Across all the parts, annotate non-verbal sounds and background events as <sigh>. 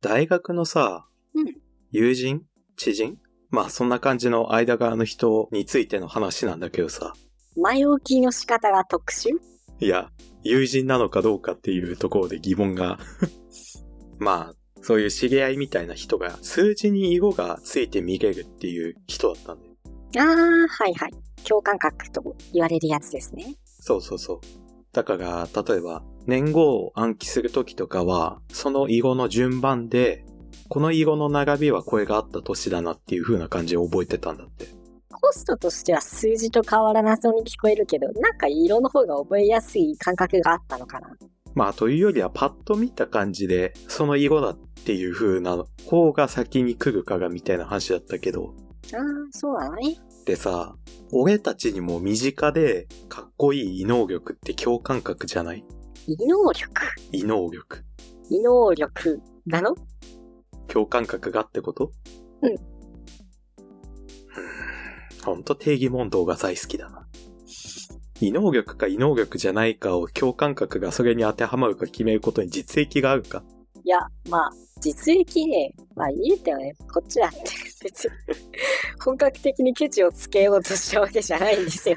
大学のさ、うん友人知人まあそんな感じの間側の人についての話なんだけどさ、前置きの仕方が特殊いや、友人なのかどうかっていうところで疑問が。 <laughs> まあ、そういう知り合いみたいな人が数字に囲碁がついて見れるっていう人だったんだよ。ああ、はいはい。共感覚と言われるやつですね。そうそうそう。だから、例えば、年号を暗記するときとかは、その囲碁の順番で、この囲碁の並びはこれがあった年だなっていう風な感じで覚えてたんだって。コストとしては数字と変わらなそうに聞こえるけど、なんか色の方が覚えやすい感覚があったのかな。まあ、というよりはパッと見た感じで、その囲碁だっていう風な方が先に来るかがみたいな話だったけど、ああ、そうなのね。でさ、俺たちにも身近で、かっこいい異能力って共感覚じゃない異能力。異能力。異能力なの共感覚がってことうんうーん。ほんと定義問答が大好きだな。異能力か異能力じゃないかを共感覚がそれに当てはまるか決めることに実益があるか。いや、まあ、実益ね、まあ言うてもね、こっちだって別に本格的にケチをつけようとしたわけじゃないんですよ。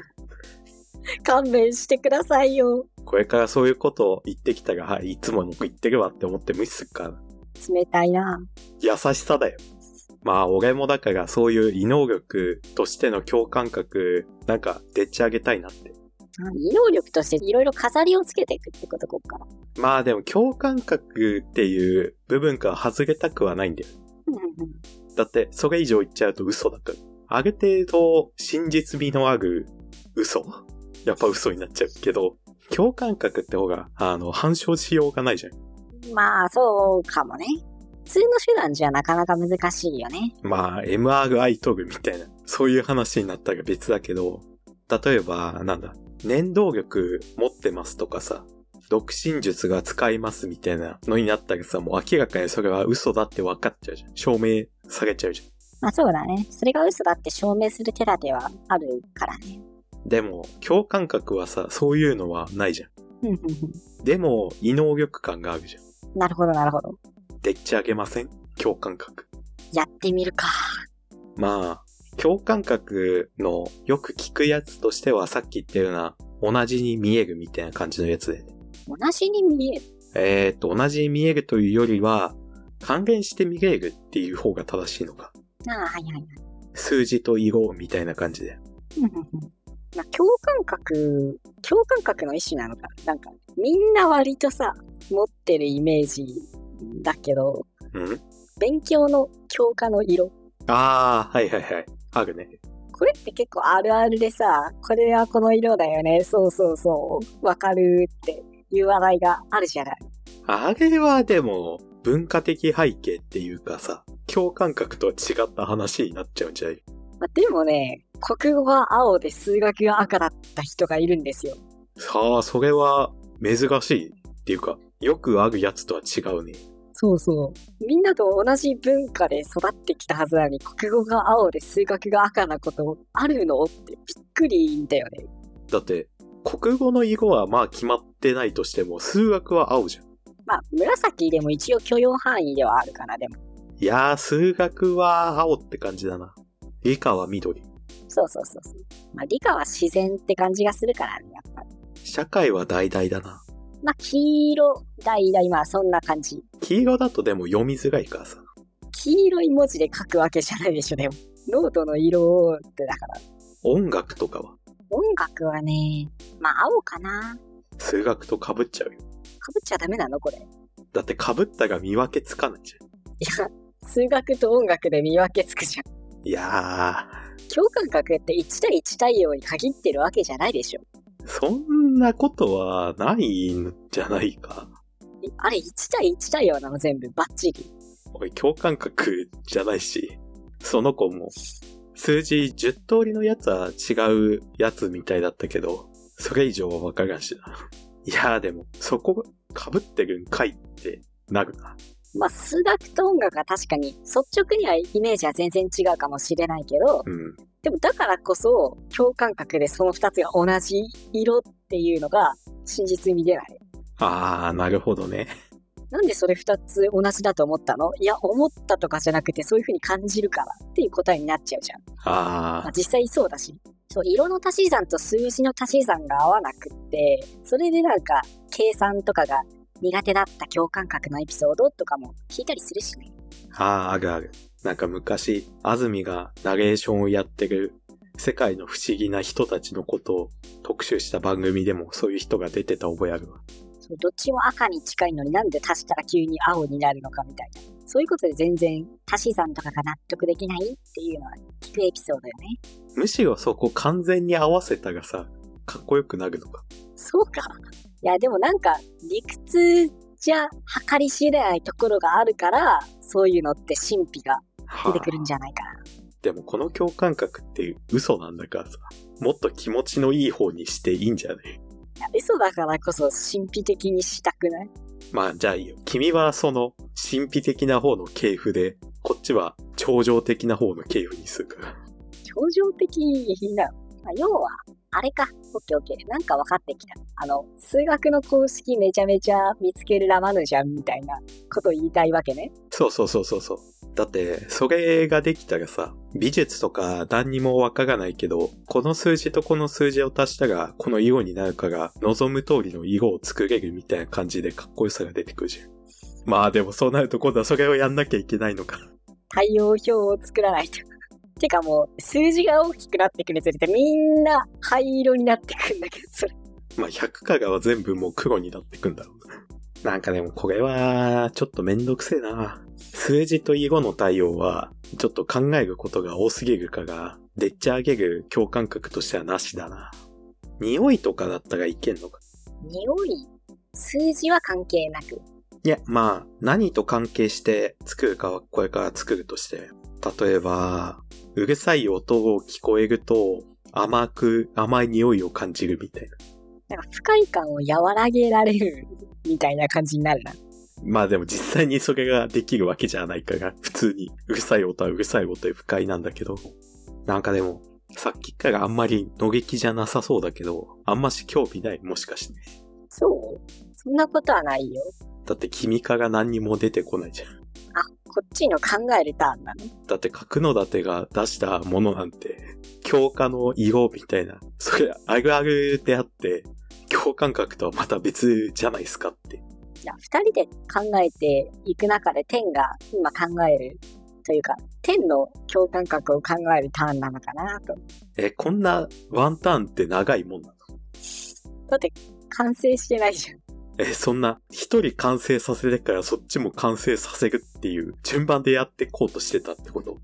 勘弁してくださいよ。これからそういうことを言ってきたが、はい、いつも僕言ってるわって思って無視するから。冷たいな。優しさだよ。まあ、俺もだからそういう異能力としての共感覚、なんか、でっち上げたいなって。異能力としていろいろ飾りをつけていくってことこっから。まあでも共感覚っていう部分から外れたくはないんだよ。うんうんうんだって、それ以上言っちゃうと嘘だから。ある程度、真実味のある嘘。やっぱ嘘になっちゃうけど、共感覚って方が、あの、反証しようがないじゃん。まあ、そうかもね。普通の手段じゃなかなか難しいよね。まあ、MRI トグみたいな、そういう話になったら別だけど、例えば、なんだ、念動力持ってますとかさ、独身術が使いますみたいなのになったらさ、もう明らかにそれは嘘だって分かっちゃうじゃん。証明されちゃうじまあそうだね。それが嘘だって証明する手立てはあるからね。ゃん。でも、共感覚はさ、そういうのはないじゃ。うんうんうんでも、異能力感があるじゃん。んなるほど、なるほど。でっち上げません共感覚。やってみるか。まあ、共感覚のよく聞くやつとしてはさっき言ったような、同じに見えるみたいな感じのやつで、同じに見える。えー、と、同じに見えるというよりは、還元して見えるっていう方が正しいのか。ああ、はいはいはい。数字と囲碁みたいな感じで。うんうんうんまあ、共感覚、共感覚の一種なのかな。なんか、みんな割とさ、持ってるイメージだけど、うん勉強の教科の色あー、はいはいはい。あるね。これって結構あるあるでさ、これはこの色だよね、そうそうそう、わかるっていう話題があるじゃない。あれはでも、文化的背景っていうかさ、共感覚とは違った話になっちゃうんじゃないまあ、でもね、国語が青で数学が赤だった人がいるんですよ。さあ、それは、珍しいっていうか、よくあるやつとは違うね。そうそう。みんなと同じ文化で育ってきたはずなのに、国語が青で数学が赤なことあるのってびっくりだよね。だって、国語の囲碁はまあ決まってないとしても、数学は青じゃん。まあ、紫でも一応許容範囲ではあるから、でも。いやー、数学は青って感じだな。理科は緑。そうそうそうそう。まあ、理科は自然って感じがするからね、やっぱり。社会は大々だな。まあ、黄色、橙、まあ、そんな感じ。黄色だとでも読みづらいからさ。黄色い文字で書くわけじゃないでしょ、でも。ノートの色ってだから。音楽とかは音楽はね、まあ、青かな。数学と被っちゃうよ。かぶっちゃダメなのこれ。いだって被ったが見分けつかないじゃん。や、数学と音楽で見分けつくじゃん。いや共感覚って1対1対応に限ってるわけじゃないでしょ。ー、そんなことはないんじゃないか。えあれ、1対1対応なの全部、バッチリ。おい、共感覚じゃないし、その子も、数字10通りのやつは違うやつみたいだったけど、それ以上は分からんしな。いやーでも、そこ被ってるんかいってなるな。まあ、数学と音楽は確かに、率直にはイメージは全然違うかもしれないけど、うん。でもだからこそ、共感覚でその2つが同じ色っていうのが、真実味出ない。あー、なるほどね。なんでそれ2つ同じだと思ったのいや、思ったとかじゃなくて、そういう風に感じるからっていう答えになっちゃうじゃん。まああ、実際そうだし。そう、色の足し算と数字の足し算が合わなくって、それでなんか、計算とかが苦手だった共感覚のエピソードとかも聞いたりするしね。あ、ああ、あるある。なんか昔、安住がナレーションをやってる世界の不思議な人たちのことを特集した番組でもそういう人が出てた覚えあるわ。そうどっちも赤に近いのになんで足したら急に青になるのかみたいな。そういうことで全然足し算とかが納得できないっていうのは聞くエピソードよね。むしろそこ完全に合わせたがさ、かっこよくなるのか。そうか。いや、でもなんか、理屈じゃ計り知れないところがあるから、そういうのって神秘がは出てくるんじゃないかな。でもこの共感覚って嘘なんだからさ、もっと気持ちのいい方にしていいんじゃないいや嘘だからこそ神秘的にしたくないまあじゃあいいよ。君はその神秘的な方の系譜で、こっちは超常的な方の系譜にするから。超常的な。まあ、要は、あれか。オッケーオッケー。なんか分かってきた。あの、数学の公式めちゃめちゃ見つけるラマヌジャンみたいなことを言いたいわけね。そうそうそうそうそう。だって、それができたらさ、美術とか何にもわからないけど、この数字とこの数字を足したら、この色になるから、望む通りの色を作れるみたいな感じでかっこよさが出てくるじゃん。まあでもそうなると今度はそれをやんなきゃいけないのか。対応表を作らないと。 <laughs> てかもう、数字が大きくなってくるにつれてみんな灰色になってくんだけど、それ。まあ100からは全部もう黒になってくんだろうな。なんかでもこれは、ちょっとめんどくせえな。数字と囲碁の対応は、ちょっと考えることが多すぎるから、でっち上げる共感覚としてはなしだな。匂いとかだったらいけんのか。匂い、数字は関係なく。いや、まあ、何と関係して作るかはこれから作るとして。例えば、うるさい音を聞こえると、甘く、甘い匂いを感じるみたいな。なんか不快感を和らげられるみたいな感じになるな。まあでも実際にそれができるわけじゃないから、普通にうるさい音はうるさい音で不快なんだけど、なんかでも、さっきからあんまり野劇じゃなさそうだけど、あんまし興味ないもしかして。そうそんなことはないよ。だって君から何にも出てこないじゃん。あ、こっちの考えるターンなのだって角野立が出したものなんて、強化の色みたいな、それあるあるであって、共感覚とはまた別じゃないですかって。じゃあ、二人で考えていく中で、天が今考えるというか、天の共感覚を考えるターンなのかなと。え、こんなワンターンって長いもんなのだって、完成してないじゃん。え、そんな、一人完成させてからそっちも完成させるっていう順番でやってこうとしてたってこと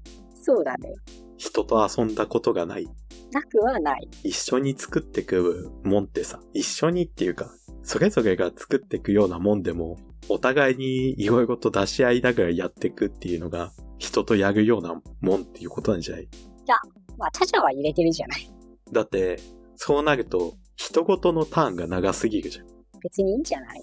そうだね。人と遊んだことがない。なくはない。一緒に作ってくもんってさ、一緒にっていうか、それぞれが作ってくようなもんでも、お互いにいろいろと出し合いながらやってくっていうのが、人とやるようなもんっていうことなんじゃないまあ、他者は入れてるじゃない。だって、そうなると、人ごとのターンが長すぎるじゃん。別にいいんじゃない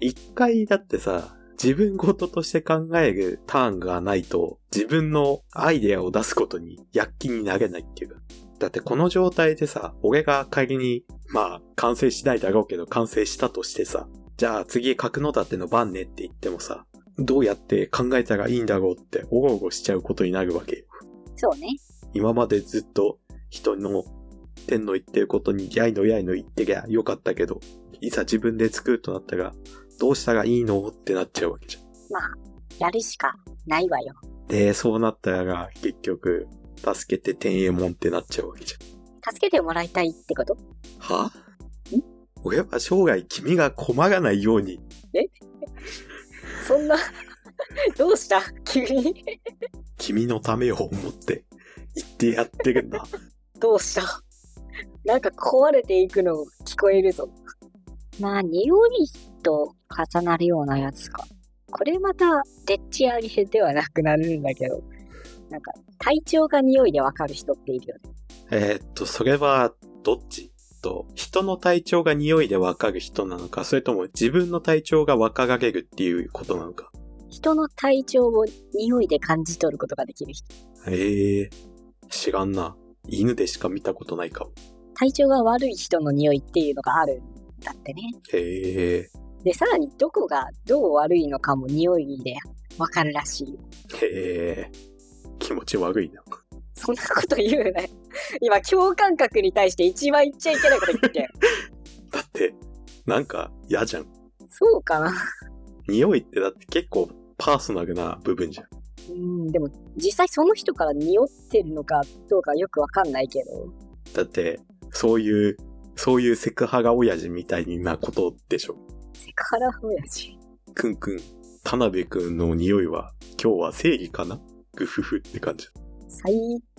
一回だってさ、自分事として考えるターンがないと、自分のアイデアを出すことに躍起になれないっていうか。だってこの状態でさ、俺が仮に、まあ、完成しないだろうけど、完成したとしてさ、じゃあ次、角野立ての番ねって言ってもさ、どうやって考えたらいいんだろうって、おごおごしちゃうことになるわけよ。そうね。今までずっと人の天の言ってることにやいのやいの言ってりゃよかったけど、いざ自分で作るとなったら、どうしたらいいのってなっちゃうわけじゃん。やるしかないわよ。で、そうなったら結局、助けて天衛門ってなっちゃうわけじ助けてもらいたいってことゃん。は俺は生涯君が困らないように、そんな、 <laughs> どうした急に。君のためを思って、言ってやってるんだ。どうしたなんか壊れていくの聞こえるぞ。まあ、匂いと重なるようなやつか。これまた、でっち上げではなくなるんだけど。なんか、体調が匂いでわかる人っているよね。えーっと、それは、どっちと、人の体調が匂いでわかる人なのか、それとも自分の体調が若返るっていうことなのか。人の体調を匂いで感じ取ることができる人。へえ、知らんな。犬でしか見たことないかも。体調が悪い人の匂いっていうのがあるんだってね。へえ、で、さらにどこがどう悪いのかも匂いでわかるらしいよ。へえ。気持ち悪いな。そんなこと言うなよ。今、共感覚に対して一番言っちゃいけないこと言って。だって、なんか嫌じゃん。そうかな。匂いってだって結構パーソナルな部分じゃん。うん、でも実際その人から匂ってるのかどうかよくわかんないけど。だって、そういう、そういうセクハラ親父みたいなことでしょ。セクハラ親父。くんくん、田辺くんの匂いは、今日は正義かなグフフって感じ。最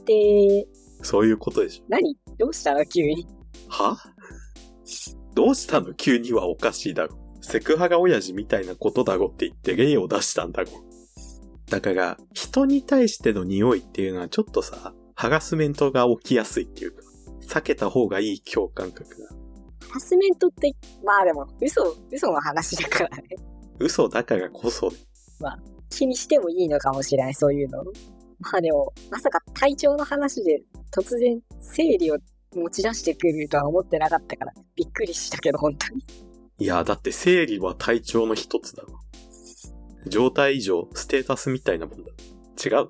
低。そういうことでし何どうしたの急に。ょ。はどうしたの急にはおかしいだろ。セクハラ親父みたいなことだろって言って例を出したんだろ。だから、人に対しての匂いっていうのはちょっとさ、ハラスメントが起きやすいっていうか、避けた方がいい共感覚だ。ハラスメントって、まあでも嘘、嘘の話だからね。嘘だからこそ、気にしてもいいのかもしれない、そういうの。まあでも、まさか体調の話で突然生理を持ち出してくるとは思ってなかったから、びっくりしたけど、本当に。いや、だって生理は体調の一つだろ。状態異常、ステータスみたいなもんだ。違う。なん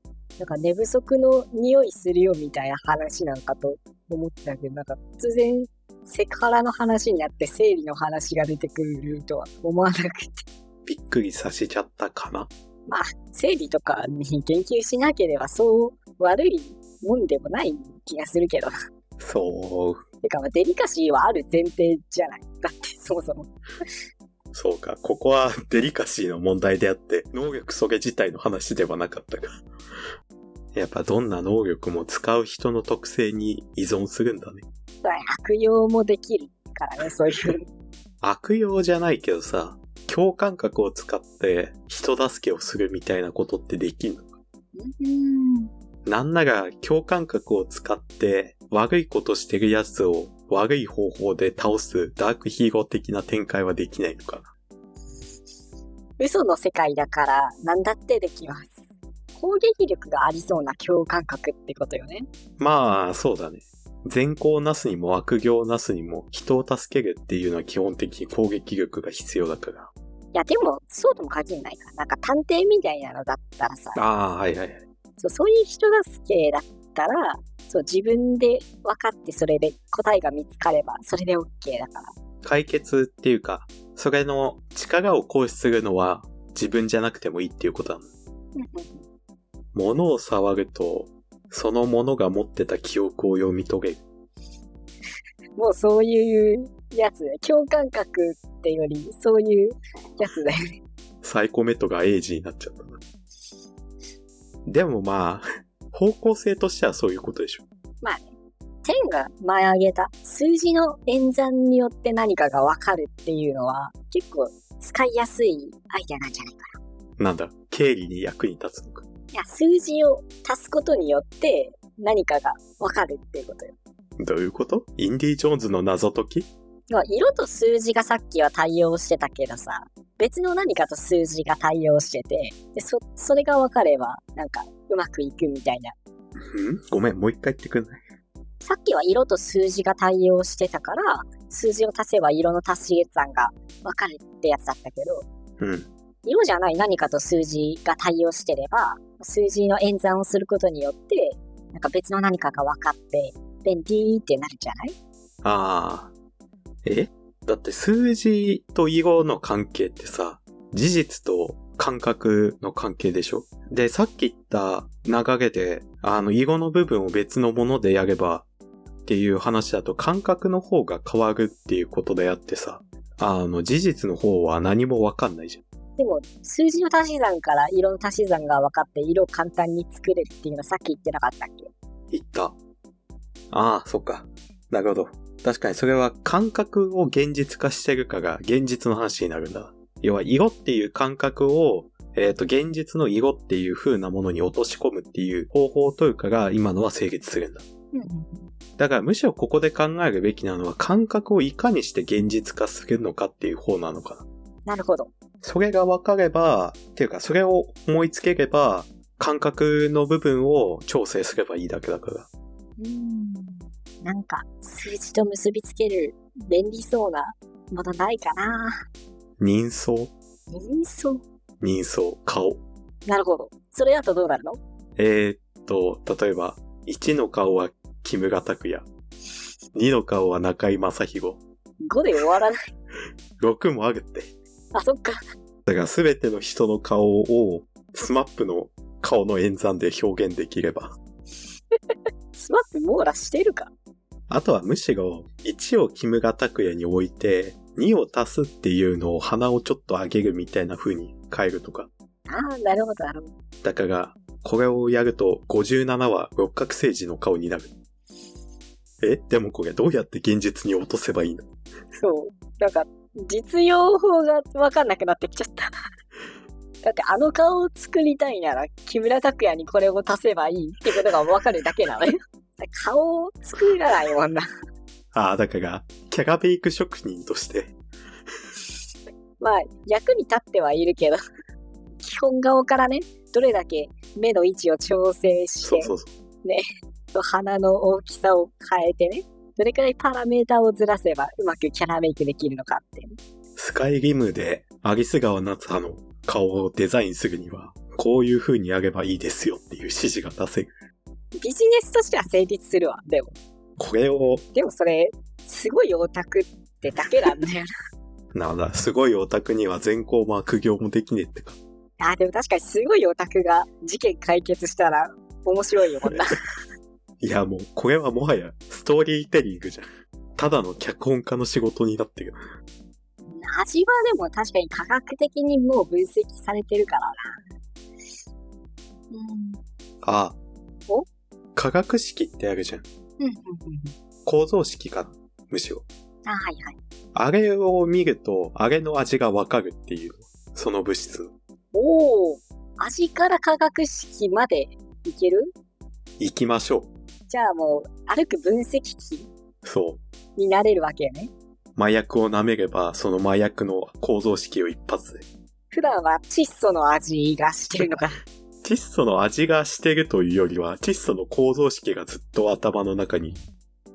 か寝不足の匂いするよみたいな話なんかと思ってたけど、なんか突然セクハラの話になって生理の話が出てくるとは思わなくて。びっくりさせちゃったかな。生理とかに言及しなければそう悪いもんでもない気がするけど。 <laughs> そう。てかまあデリカシーはある前提じゃない。だってそもそも。そうか。ここは <laughs> デリカシーの問題であって、能力そげ自体の話ではなかったか。 <laughs> やっぱどんな能力も使う人の特性に依存するんだね。悪用もできるからね、そういう。悪用じゃないけどさ、共感覚を使って人助けをするみたいなことってできんのうん。なんなら共感覚を使って悪いことしてるやつを悪い方法で倒すダークヒーロー的な展開はできないのかな。嘘の世界だから何だってできます。攻撃力がありそうな共感覚ってことよね。まあ、そうだね。善行をなすにも悪行をなすにも人を助けるっていうのは基本的に攻撃力が必要だから。いやでもそうとも限らないからなんか探偵みたいなのだったらさああ、はいはいはい。そうそういう人が好きだったらそう自分で分かってそれで答えが見つかればそれで OK だから解決っていうか、それの力を行使するのは自分じゃなくてもいいっていうことなの。物を触ると、その物が持ってた記憶を読み解ける。もうそういうやつ共感覚ってよりそういうやつだよねサイコメトがエイジになっちゃったな。でもまあ、方向性としてはそういうことでしょ。天が前上げた数字の演算によって何かが分かるっていうのは結構使いやすいアイデアなんじゃないかなんだ、経理に役に立つのか。いや数字を足すことによって何かが分かるっていうことよどういうことインディ・ジョーンズの謎解きまあ色と数字がさっきは対応してたけどさ別の何かと数字が対応しててでそそれが分かればなんかうまくいくみたいなんごめん、もう一回言ってくんないさっきは色と数字が対応してたから数字を足せば色の足し算が分かるってやつだったけどうん。色じゃない何かと数字が対応してれば数字の演算をすることによってなんか別の何かが分かって便利ってなるじゃないああ。えだって数字と色の関係ってさ、事実と感覚の関係でしょで、さっき言った流れで、あの、色の部分を別のものでやればっていう話だと感覚の方が変わるっていうことであってさ、あの、事実の方は何もわかんないじゃん。でも、数字の足し算から色の足し算が分かって、色を簡単に作れるっていうのはさっき言ってなかったっけ言った。ああ、そっか。なるほど。確かにそれは感覚を現実化してるかが現実の話になるんだ。要は色っていう感覚を、えっ、と、現実の色っていう風なものに落とし込むっていう方法を取るかが今のは成立するんだ。だからむしろここで考えるべきなのは感覚をいかにして現実化するのかっていう方なのかな。なるほど。それが分かれば、っていうかそれを思いつければ感覚の部分を調整すればいいだけだから。うん。なんか、数字と結びつける便利そうなものないかな。人相人相人相、顔。なるほど。それだとどうなるのえーっと、例えば、1の顔はキムガタクヤ。2の顔は中井正宏。 ?5 で終わらない。 6もあるって。あ、そっか。だから全ての人の顔をスマップの顔の演算で表現できれば。スマップ網羅してるか。あとはむしろ1をキムガタクヤに置いて2を足すっていうのを鼻をちょっと上げるみたいな風に変えるとか。ああ、なるほど、なるほど。だから、これをやると57は六角星人の顔になる。えでもこれどうやって現実に落とせばいいのそう。なんか、実用法が分かんなくなってきちゃ <laughs> った。だって、あの顔を作りたいなら、木村拓哉にこれを足せばいいってことが分かるだけな <laughs> のよ。顔を作らないもんな。ああ、だから、キャラベイク職人として、まあ、役に立ってはいるけど、基本顔からね、どれだけ目の位置を調整してそう、そうそう。鼻の大きさを変えてね、どれくらいパラメータをずらせばうまくキャラメイクできるのかっていう。スカイリムで、アリス川夏葉の顔をデザインするには、こういう風にやればいいですよっていう指示が出せる。ビジネスとしては成立するわ、でも。これを、でもそれ、すごいオタクってだけなんだよなんだ、すごいオタクには全校も悪行もできねえってか。 <laughs> な。あ、でも確かにすごいオタクが事件解決したら面白いよ、もんな。いやもう、これはもはや、ストーリーテリングじゃん。ただの脚本家の仕事になってる。味はでも確かに科学的にもう分析されてるからな。ああ。お科学式ってあるじゃん。うん。うん、うん、うん。構造式かな。むしろ。あ、はいはい。あれを見ると、あれの味がわかるっていう。その物質の。おお味から科学式までいける行きましょじゃあもう、歩く分析機う。そう。になれるわけよね。麻薬を舐めれば、その麻薬の構造式を一発で。普段は窒素の味がしてるの <laughs> か。窒素の味がしてるというよりは、窒素の構造式がずっと頭の中に。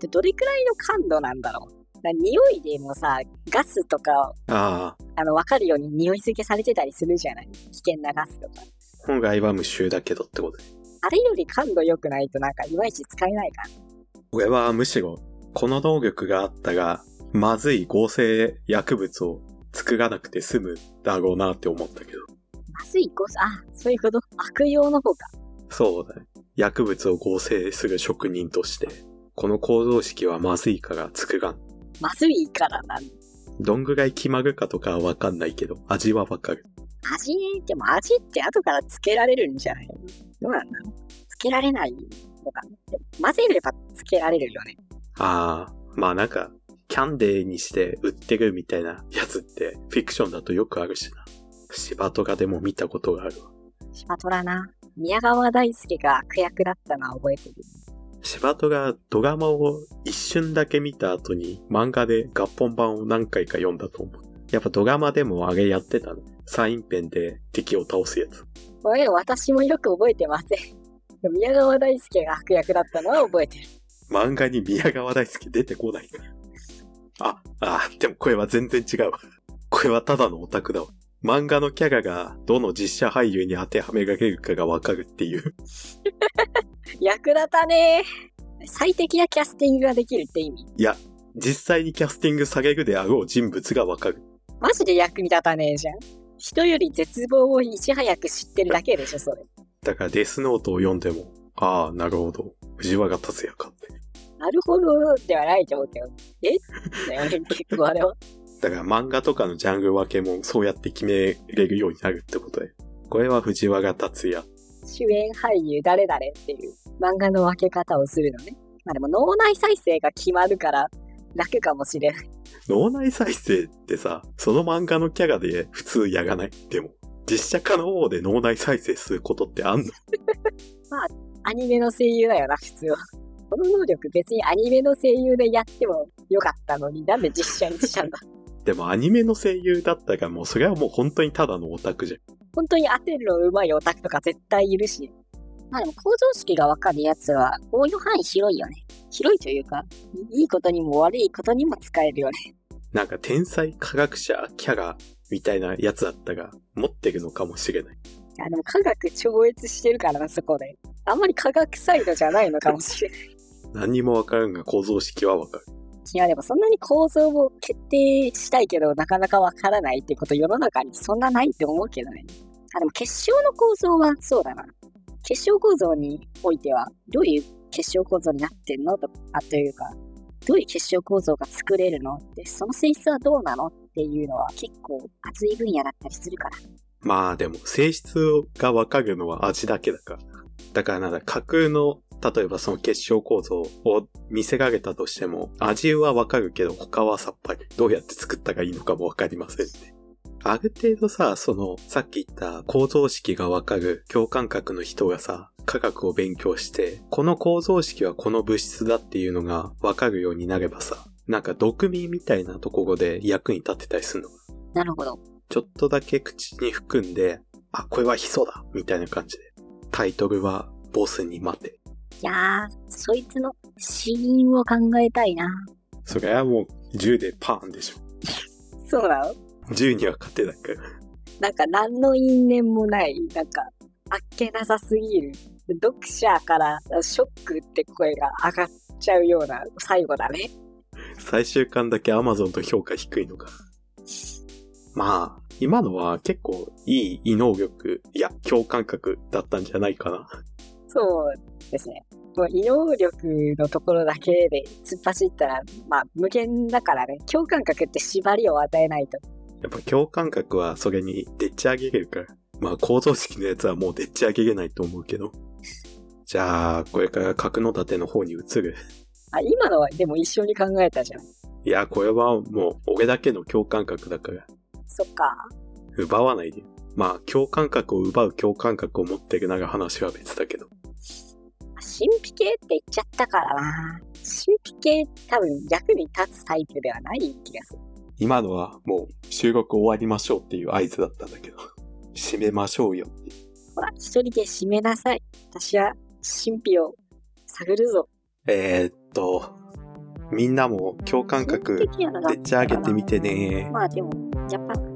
でどれくらいの感度なんだろう。だ匂いでもさ、ガスとか、ああ、あの、わかるように匂い付けされてたりするじゃない危険なガスとか。本来は無臭だけどってことで。あれより感度良くないとなんかいまいち使えないか俺はむしろ、この能力があったが、まずい合成薬物を作らなくて済むだろうなって思ったけど。な。まずいこそ、あ、そういうこと。悪用の方か。そうだね。薬物を合成する職人として、この構造式はまずいから作らん。まずいからなんどんぐらい決まるかとかはわかんないけど、味はわかる。味ね、でも味って後からつけられるんじゃないどうなんだろうつけられないのかなでも混ぜればつけられるよね。ああ、まあなんか、キャンデーにして売ってるみたいなやつって、フィクションだとよくあるしな。芝とかでも見たことがあるわ。シパトラな。宮川大輔が悪役だったのは覚えてる。芝とがドラマを一瞬だけ見た後に漫画で合本版を何回か読んだと思う。やっぱドラマでもあれやってたの。サインペンで敵を倒すやつ。これ私もよく覚えてません。宮川大輔が悪役だったのは覚えてる。漫画に宮川大輔出てこない。あ、あ、でもこれは全然違うわ。これはただのオタクだわ。漫画のキャラがどの実写俳優に当てはめられるかがわかるっていう。役立たねえ。最適なキャスティングができるって意味。実際にキャスティングされるであろう人物がわかる。マジで役に立たねえじゃん。人より絶望をいち早く知ってるだけでしょ、それ。だからデスノートを読んでも、ああ、なるほど。藤原達也かって。なるほどではないと思うけど。えだよね、結構あれは。だから漫画とかのジャンル分けもそうやって決めれるようになるってことで。これは藤原達也。主演俳優誰々っていう漫画の分け方をするのね。まあでも脳内再生が決まるから楽かもしれない。脳内再生ってさ、その漫画のキャラで普通やがない。でも、実写化の方で脳内再生することってあんのアニメの声優だよな、普通は。この能力別にアニメの声優でやってもよかったのになんで実写にしたんだ。でもアニメの声優だったらもうそれはもう本当にただのオタクじゃん。本当に当てるの上手いオタクとか絶対いるし。まあでも構造式がわかるやつは応用範囲広いよね。広いというか、いいいことにも悪いことにも使えるよね。なんか天才科学者キャラみたいなやつだったが、持ってるのかもしれない。あの、科学超越してるからな、そこで。あんまり科学サイドじゃないのかもしれない。何にもわからんが構造式はわかる。いや、でもそんなに構造を決定したいけど、なかなかわからないってこと世の中にそんなないって思うけどね。あ、でも結晶の構造はそうだな。結晶構造においては、どういう結晶構造になってんのとあというか、どういう結晶構造が作れるのって、その性質はどうなのっていうのは結構熱い分野だったりするから。まあでも性質がわかるのは味だけだから。だからなんだ、架空の、例えばその結晶構造を見せかけたとしても、味はわかるけど他はさっぱりどうやって作ったかいいのかもわかりませんね。ある程度さ、その、さっき言った構造式がわかる共感覚の人がさ、科学を勉強して、この構造式はこの物質だっていうのがわかるようになればさ、なんか毒味みたいなところで役に立ってたりするのなるほど。ちょっとだけ口に含んで、あ、これはヒ素だみたいな感じで。タイトルは、ボスに待て。いやー、そいつの死因を考えたいな。それはもう、銃でパーンでしょ。そうなの銃には勝てないから。なんか何の因縁もない、なんか、あっけなさすぎる。読者からショックって声が上がっちゃうような最後だね。最終巻だけ Amazon と評価低いのか。まあ、今のは結構いい異能力、いや、共感覚だったんじゃないかな。そうですね。もう、異能力のところだけで突っ走ったら、まあ、無限だからね。共感覚って縛りを与えないと。やっぱ共感覚はそれにでっち上げれるから。まあ構造式のやつはもうでっち上げれないと思うけど。じゃあ、これから格の盾の方に移る。あ、今のはでも一緒に考えたじゃん。いや、これはもう俺だけの共感覚だから、そっか。奪わないで。まあ、共感覚を奪う共感覚を持ってるなが話は別だけど。神秘系って言っちゃったからな。神秘系多分役に立つタイプではない気がする。今のはもう収録終わりましょうっていう合図だったんだけど。 <laughs> 締めましょうよって。ほら、一人で締めなさい。私は神秘を探るぞ。えー、っと、みんなも共感覚神秘的やなでっち上げてみてねまあでも、やっぱ